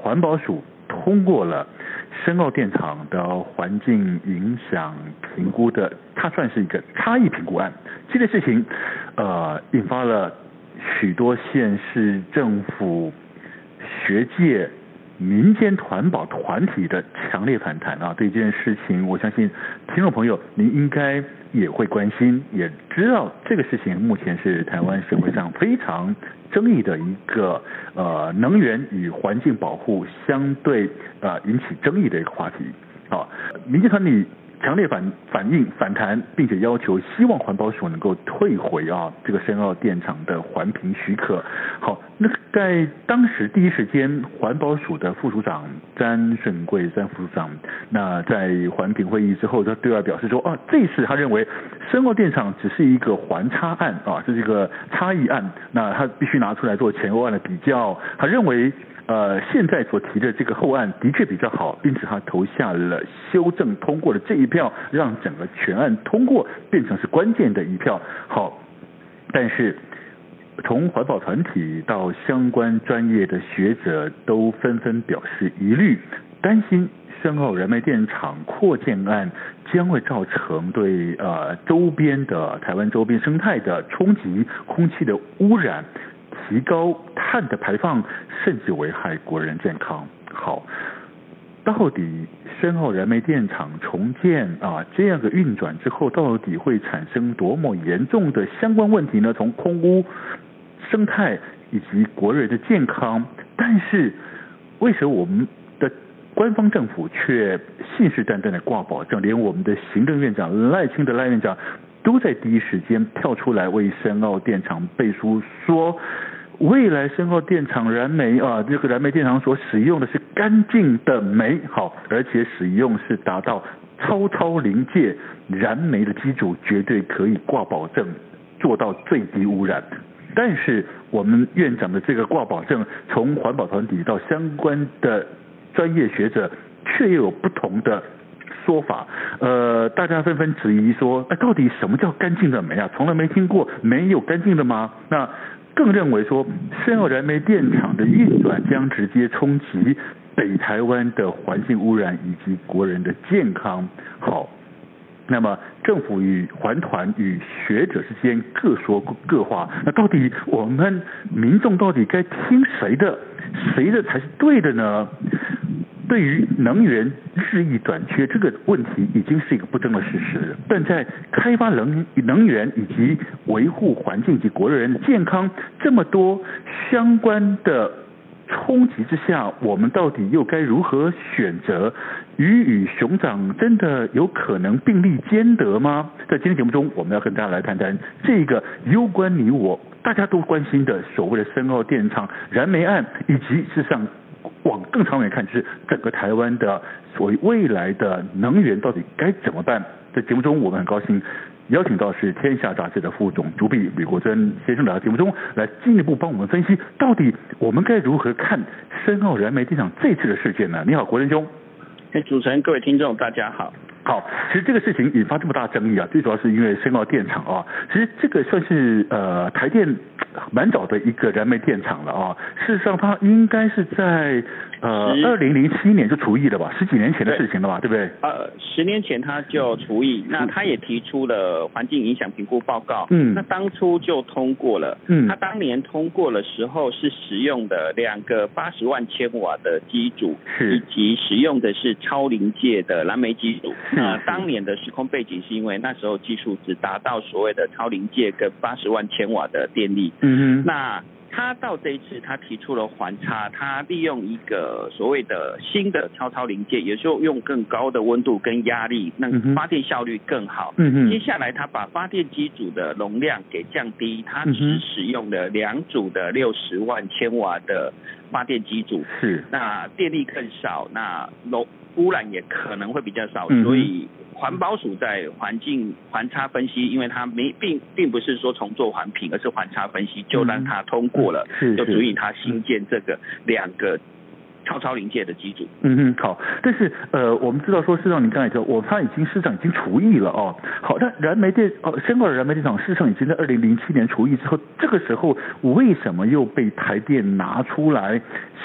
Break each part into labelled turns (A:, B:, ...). A: 环保署通过了深澳电厂的环境影响评估的，它算是一个差异评估案。这件事情，呃，引发了许多县市政府、学界、民间环保团体的强烈反弹啊！对这件事情，我相信听众朋友您应该也会关心，也知道这个事情目前是台湾社会上非常。争议的一个呃能源与环境保护相对呃引起争议的一个话题啊，民间团体强烈反反映反弹，并且要求希望环保署能够退回啊这个深澳电厂的环评许可。好，那在当时第一时间，环保署的副署长詹顺贵詹副署长那在环评会议之后，他对外表示说啊，这次他认为深澳电厂只是一个环差案啊，这是一个差异案，那他必须。拿出来做前后案的比较，他认为呃现在所提的这个后案的确比较好，因此他投下了修正通过的这一票，让整个全案通过变成是关键的一票。好，但是从环保团体到相关专业的学者都纷纷表示疑虑，担心深澳燃煤电厂扩建案将会造成对呃周边的台湾周边生态的冲击，空气的污染。提高碳的排放，甚至危害国人健康。好，到底深澳燃煤电厂重建啊，这样的运转之后，到底会产生多么严重的相关问题呢？从空污、生态以及国人的健康，但是为什么我们的官方政府却信誓旦旦的挂保证，连我们的行政院长赖清德赖院长？都在第一时间跳出来为深澳电厂背书，说未来深澳电厂燃煤啊，这个燃煤电厂所使用的是干净的煤，好，而且使用是达到超超临界燃煤的基础，绝对可以挂保证做到最低污染。但是我们院长的这个挂保证，从环保团体到相关的专业学者，却又有不同的。说法，呃，大家纷纷质疑说，哎，到底什么叫干净的煤啊？从来没听过，没有干净的吗？那更认为说，深澳燃煤电厂的运转将直接冲击北台湾的环境污染以及国人的健康。好，那么政府与环团与学者之间各说各话，那到底我们民众到底该听谁的？谁的才是对的呢？对于能源日益短缺这个问题，已经是一个不争的事实。但在开发能能源以及维护环境及国人健康这么多相关的冲击之下，我们到底又该如何选择？鱼与熊掌真的有可能并立兼得吗？在今天节目中，我们要跟大家来谈谈这个攸关你我大家都关心的所谓的深澳电厂燃煤案，以及事实上。往更长远看，就是整个台湾的所谓未来的能源到底该怎么办？在节目中，我们很高兴邀请到是《天下》杂志的副总主笔吕国珍先生来到节目中来进一步帮我们分析，到底我们该如何看深澳燃煤电厂这次的事件呢？你好，国珍兄。
B: 哎，主持人，各位听众，大家好。
A: 好，其实这个事情引发这么大争议啊，最主要是因为深澳电厂啊，其实这个算是呃台电蛮早的一个燃煤电厂了啊。事实上，它应该是在呃，
B: 是
A: 二零零七年就除役了吧，十几年前的
B: 对
A: 事情了吧，对不对？
B: 呃，十年前他就除役，那他也提出了环境影响评估报告，
A: 嗯
B: 那当初就通过了，
A: 嗯
B: 他当年通过的时候是使用的两个八十万千瓦的机组，以
A: 是
B: 及使用的是超临界的蓝莓机组。
A: 是
B: 那
A: 是
B: 当年的时空背景是因为那时候技术只达到所谓的超临界跟八十万千瓦的电力，
A: 嗯哼，
B: 那他到这一次，他提出了环差，他利用一个所谓的新的超超临界，也就是用更高的温度跟压力，
A: 嗯
B: 让
A: 哼
B: 发电效率更好。
A: 嗯
B: 接
A: 哼，
B: 下来，他把发电机组的容量给降低，他
A: 嗯
B: 只
A: 哼
B: 使用了两组的六十万千瓦的发电机组，
A: 是
B: 那电力更少，那浓污染也可能会比较少，
A: 嗯哼
B: 所以环保署在环境环差分析，因为它没并并不是说重做环评，而是环差分析就让它通过了，
A: 嗯是
B: 就是足以它新建这个两个超超临界的机组。
A: 嗯哼，好，但是呃，我们知道说市长您刚才说，我他已经市长已经除役了哦。好，那燃煤电哦，深呃港的燃煤电厂市场已经在二零零七年除役之后，这个时候为什么又被台电拿出来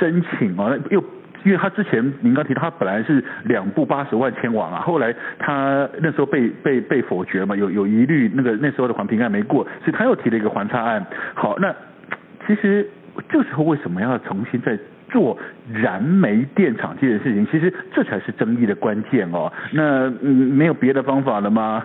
A: 申请啊、哦？那又因为他之前您刚提到，他本来是两部八十万千瓦嘛，后来他那时候被被被否决嘛，有有疑虑，那个那时候的环评案没过，所以他又提了一个环差案。好，那其实这时候为什么要重新再做燃煤电厂这件事情？其实这才是争议的关键哦。那嗯，没有别的方法了吗？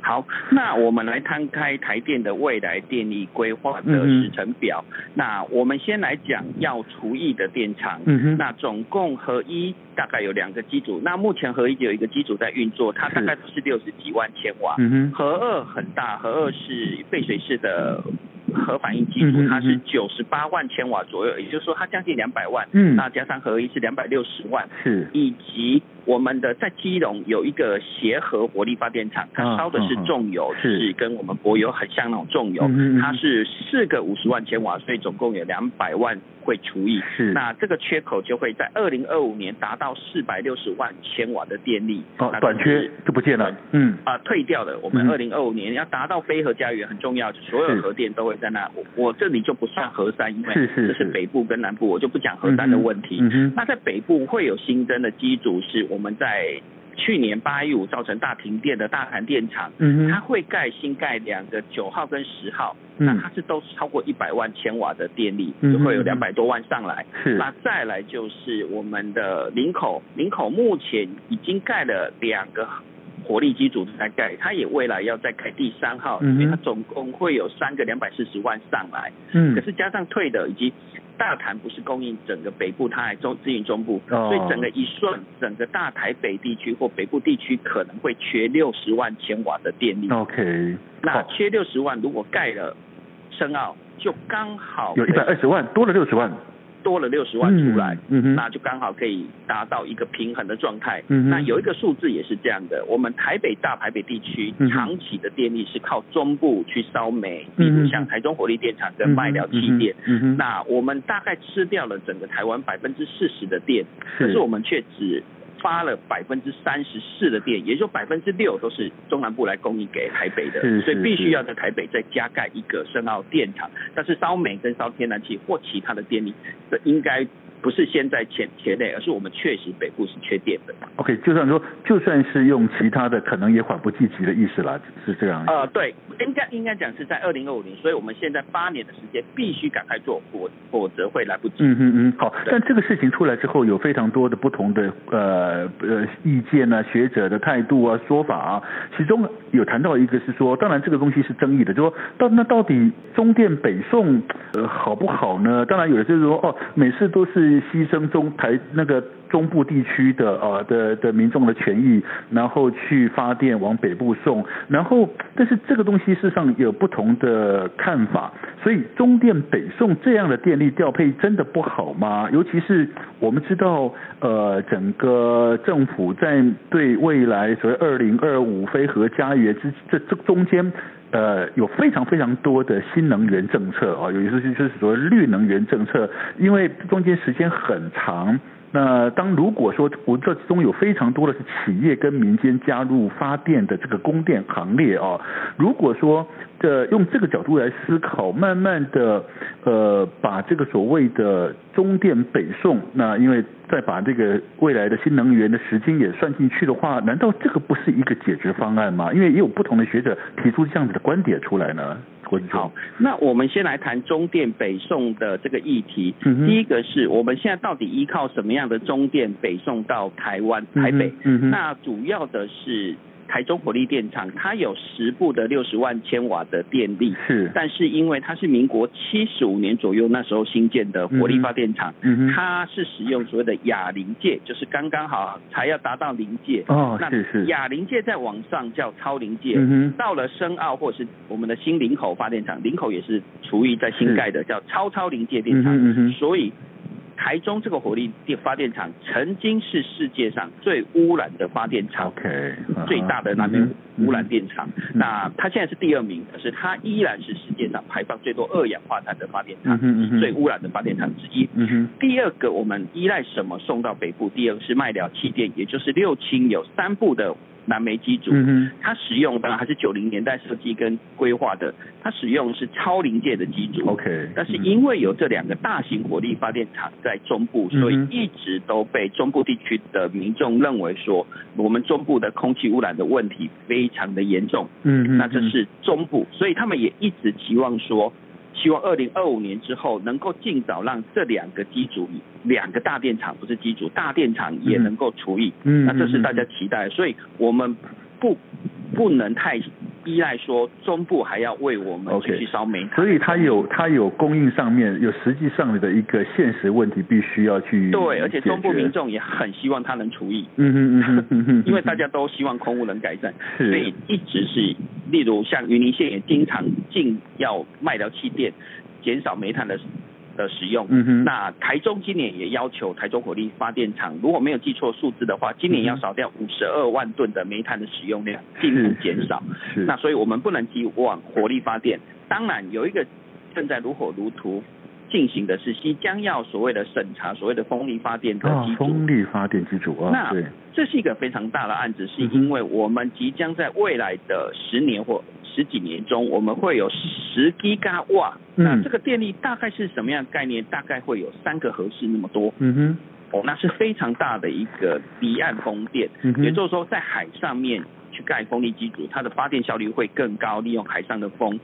B: 好，那我们来摊开台电的未来电力规划的
A: 嗯哼
B: 时程表。那我们先来讲要除役的电厂。
A: 嗯哼
B: 那总共合一大概有两个机组，那目前合一只有一个机组在运作，它
A: 是
B: 大概都是六十几万千瓦。
A: 嗯哼，
B: 核二很大，核二是沸水式的核反应机
A: 嗯哼
B: 组，它是
A: 嗯
B: 九十八万千瓦左右，也就是说它将近两百万。
A: 嗯
B: 那加上合一是两百六十万，
A: 是
B: 以及我们的在基隆有一个协和火力发电厂，它
A: 啊
B: 烧的是重
A: 嗯
B: 油，
A: 嗯
B: 就是跟我们柏油很像那种重油
A: 嗯哼嗯，哼
B: 它是四个五十万千瓦，所以总共有两百万会除以。
A: 是。
B: 那这个缺口就会在二零二五年达到四百六十万千瓦的电力，
A: 哦
B: 那，
A: 短缺就不见了。嗯，
B: 啊、退掉了。我们
A: 嗯
B: 二零二五年要达到非核家园很重要，所有
A: 是
B: 核电都会在那。我我这里就不算核三，因为
A: 是是
B: 这是
A: 是
B: 北部跟南部，我就不讲核三的问题。
A: 嗯哼，
B: 那在北部会有新增的机组，是我们在去年八一五造成大停电的大潭电厂，
A: 嗯
B: 它
A: 哼，
B: 会盖新盖两个九号跟十号，那
A: 嗯
B: 它是都是超过一百万千瓦的电力，
A: 嗯
B: 就会有
A: 嗯
B: 两百多万上来。
A: 是
B: 那再来就是我们的林口，林口目前已经盖了两个火力机组在盖，它也未来要再盖第三号，
A: 嗯哼
B: 因为它总共会有三个两百四十万上来。
A: 嗯
B: 可是加上退的以及大潭不是供应整个北部，它还中支援中部，
A: 哦
B: 所以整个一算，整个大台北地区或北部地区可能会缺六十万千瓦的电力。
A: ，OK，
B: 那
A: 好，
B: 缺六十万，如果盖了深澳，就刚好
A: 有一百二十万，多了六十万，
B: 多了六十万出来。
A: 嗯哼，
B: 那就刚好可以达到一个平衡的状态。
A: 嗯哼
B: 那有一个数字也是这样的，我们台北大台北地区
A: 嗯哼
B: 长期的电力是靠中部去烧煤，
A: 嗯
B: 例
A: 哼
B: 如像台中火力电厂跟麦寮气电，
A: 嗯哼，嗯哼
B: 那我们大概吃掉了整个台湾百分之四十的电，可是我们却只发了百分之三十四的电，也就百分之六都是中南部来供应给台北的，
A: 是
B: 所以
A: 是
B: 必
A: 是
B: 须要在台北再加盖一个深澳电厂。但是烧煤跟烧天然气或其他的电力，这应该不是现在前前内，而是我们确实北部是缺电的。
A: OK，就算说，就算是用其他的，可能也缓不济急的意思啦，是这样。
B: 呃，对，应该应该讲是在二零二五年，所以我们现在八年的时间必须赶快做，否否则会来不及。
A: 嗯嗯嗯，好。
B: 对
A: 但这个事情出来之后，有非常多的不同的呃呃意见啊、学者的态度啊、说法啊。其中有谈到一个是说，当然这个东西是争议的，就说到那到底中电北宋呃好不好呢？当然有的就是说哦，每次都是牺牲中台那个中部地区的呃的的民众的权益，然后去发电往北部送，然后但是这个东西事实上有不同的看法，所以中电北送这样的电力调配真的不好吗？尤其是我们知道呃整个政府在对未来所谓二零二五非核家园之这这中间。呃，有非常非常多的新能源政策啊、哦，有一些就是所谓绿能源政策，因为中间时间很长，那当如果说我这其中有非常多的是企业跟民间加入发电的这个供电行列哦，如果说这用这个角度来思考，慢慢的呃把这个所谓的中电北送，那因为再把这个未来的新能源的时间也算进去的话，难道这个不是一个解决方案吗？因为也有不同的学者提出这样子的观点出来呢。郭志忠
B: 好，那我们先来谈中电北送的这个议题。
A: 嗯哼
B: 第一个是我们现在到底依靠什么样的中电北送到台湾台北？
A: 嗯哼嗯哼
B: 那主要的是台中火力电厂，它有十部的六十万千瓦的电力，
A: 是，
B: 但是因为它是民国七十五年左右那时候新建的火力发电厂，
A: 嗯哼，
B: 它是使用所谓的亚临界，就是刚刚好才要达到临界。
A: 哦，
B: 那
A: 是是，
B: 亚临界再往上叫超临界，
A: 嗯哼，
B: 到了深澳或者是我们的新林口发电厂，林口也是厨艺在新盖的，叫超超临界电
A: 嗯
B: 厂。
A: 哼嗯哼，
B: 所以台中这个火力电发电厂曾经是世界上最污染的发电厂。
A: OK，啊嗯
B: 最大的那边
A: 边
B: 污染电厂，
A: 嗯
B: 那它现在是第二名，可是它依然是世界上排放最多二氧化碳的发电厂，
A: 嗯哼嗯哼
B: 最污染的发电厂之一。
A: 嗯哼，
B: 第二个，我们依赖什么送到北部？第二个是麦寮气电，也就是六氢有三部的燃煤机组，
A: 嗯
B: 它使用当然还是九零年代设计跟规划的，它使用是超临界的机
A: 哼
B: 组。
A: ，OK，嗯
B: 但是因为有这两个大型火力发电厂在中部，所以
A: 嗯哼
B: 一直都被中部地区的民众认为说，我们中部的空气污染的问题非常的严重。
A: 嗯哼，
B: 那这是中部，所以他们也一直期望说，希望二零二五年之后能够尽早让这两个机组，两个大电厂不是机组，大电厂也能够除役。
A: 嗯，嗯，
B: 那这是大家
A: 嗯
B: 期待的，所以我们不不能太依赖说中部还要为我们
A: OK
B: 继续烧煤炭。
A: 所以它有它有供应上面有实际上的一个现实问题，必须要去
B: 对，而且中部
A: 嗯解决
B: 民，众也很希望它能除 役，
A: 嗯哼嗯哼嗯哼，
B: 因为大家都希望空污能改善，
A: 是
B: 所以一直是，例如像云林县也经常禁要卖掉气电，减少煤炭的的使用。
A: 嗯哼
B: 那台中今年也要求台中火力发电厂，如果没有记错数字的话，今
A: 嗯
B: 年要少掉五十二万吨的煤炭的使用量，进一步
A: 是
B: 减少。
A: 是
B: 那所以我们不能寄望火力发电。当然，有一个正在如火如荼进行的是即将要所谓的审查所谓的风力发电的
A: 啊
B: 机组。
A: 风力发电机组啊，
B: 那
A: 对，
B: 这是一个非常大的案子，是
A: 嗯哼
B: 因为我们即将在未来的十年或十几年中，我们会有十 g 嘎瓦。
A: 嗯
B: 那这个电力大概是什么样的概念？大概会有三个合适那么多。
A: 嗯哼
B: 哦，那是非常大的一个离岸风电，
A: 嗯哼，
B: 也就是说在海上面去盖风力机组，它的发电效率会更高，利用海上的风。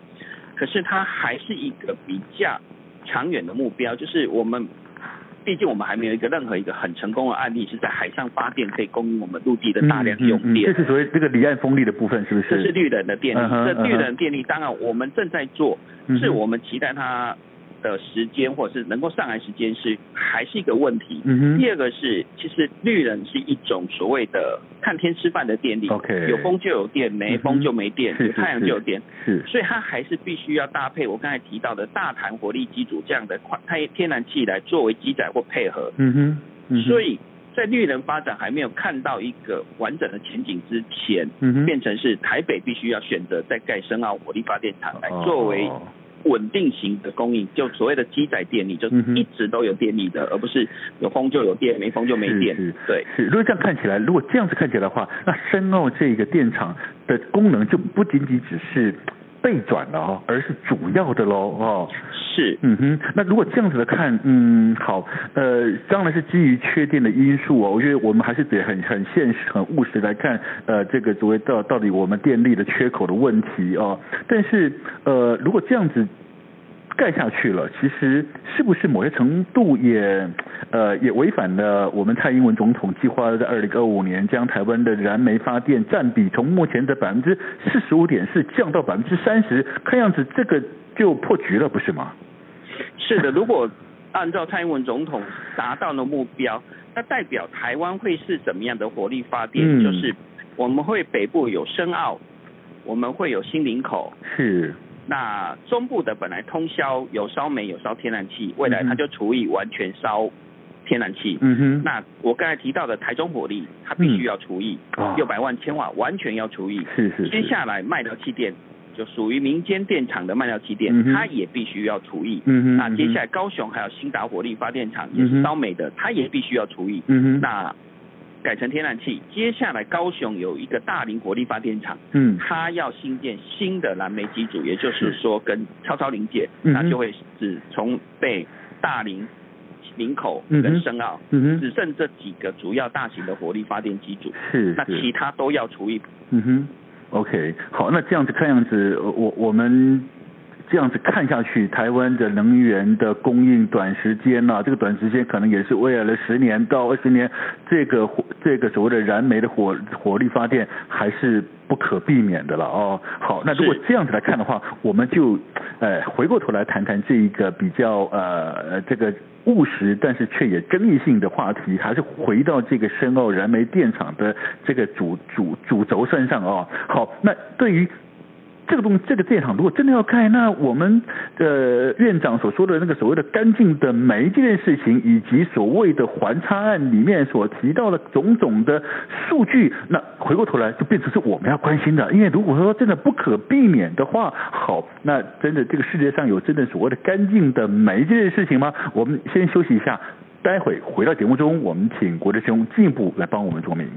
B: 可是它还是一个比较长远的目标，就是我们。毕竟我们还没有一个任何一个很成功的案例是在海上发电可以供应我们陆地的大量
A: 嗯嗯
B: 用
A: 嗯
B: 电，
A: 这是所谓这个离岸风力的部分，是不
B: 这
A: 是？
B: 是绿人的电力。
A: 嗯哼
B: 这绿
A: 嗯
B: 人的电力当然我们正在做，
A: 嗯哼
B: 是我们期待它的时间或者是能够上来时间是还是一个问题。
A: 嗯哼，
B: 第二个是，其实绿能是一种所谓的看天吃饭的电力
A: OK
B: 有风就有电，没
A: 嗯哼
B: 风就没电，
A: 是
B: 有太阳
A: 是
B: 就有电，
A: 是
B: 所以它还是必须要搭配我刚才提到的大潭火力机组这样的快太天然气来作为基载或配合。
A: 嗯哼，嗯哼
B: 所以在绿能发展还没有看到一个完整的前景之前，
A: 嗯哼
B: 变成是台北必须要选择再盖深澳火力发电厂来
A: 哦
B: 作为稳定型的供应，就所谓的基载电力，就是
A: 嗯哼
B: 一直都有电力的，而不是有风就有电，没风就没电
A: 是是。
B: 对，
A: 是，如果这样看起来，如果这样子看起来的话，那深澳这个电厂的功能就不仅仅只是被转了哦，而是主要的喽哦。
B: 是。
A: 嗯哼，那如果这样子的看，嗯，好，呃，当然是基于缺电的因素哦。我觉得我们还是得很很现实、很务实来看，呃，这个所谓到到底我们电力的缺口的问题哦。但是，呃，如果这样子盖下去了，其实是不是某些程度也呃也违反了我们蔡英文总统计划在二零二五年将台湾的燃煤发电占比从目前的百分之四十五点四降到百分之三十，看样子这个就破局了，不是吗？
B: 是的，如果按照蔡英文总统达到的目标，那代表台湾会是怎么样的火力发电？
A: 嗯
B: 就是我们会北部有深澳，我们会有新林口，
A: 是，
B: 那中部的本来通宵有烧煤有烧天然气，未来它就除以完全烧天然气。
A: 嗯哼，
B: 那我刚才提到的台中火力，它必须要除以
A: 嗯啊
B: 六百万千瓦，完全要除以。
A: 是是
B: 接
A: 是，
B: 下来卖掉气电就属于民间电厂的慢料气电，
A: 嗯哼
B: 它也必须要除役。
A: 嗯哼，
B: 那接下
A: 来，
B: 来高雄还有新达火力发电厂
A: 嗯哼
B: 也是烧煤的，它也必须要除役。
A: 嗯哼，
B: 那改成天然气，接下来高雄有一个大林火力发电厂，
A: 嗯
B: 它要新建新的燃煤机组，也就是是说跟超超临界，
A: 嗯哼
B: 那就会只从被大林、林口
A: 嗯哼
B: 跟深澳，
A: 嗯
B: 只
A: 哼，
B: 剩这几个主要大型的火力发电机组，
A: 是
B: 那
A: 是
B: 其他都要除以
A: 嗯哼，OK，好，那这样子看样子，呃我我们这样子看下去，台湾的能源的供应短时间呢、这个短时间可能也是未来的十年到二十年，这个火这个所谓的燃煤的火火力发电还是不可避免的了哦。好，那如果
B: 是
A: 这样子来看的话，我们就呃回过头来谈谈这一个比较呃呃这个务实，但是却也争议性的话题，还是回到这个深澳燃煤电厂的这个主主主轴身上哦。好，那对于这个东这个电厂如果真的要盖，那我们呃院长所说的那个所谓的干净的煤这件事情，以及所谓的环差案里面所提到的种种的数据，那回过头来就变成是我们要关心的。因为如果说真的不可避免的话，好，那真的这个世界上有真的所谓的干净的煤这件事情吗？我们先休息一下，待会回到节目中，我们请国志兄进一步来帮我们说明。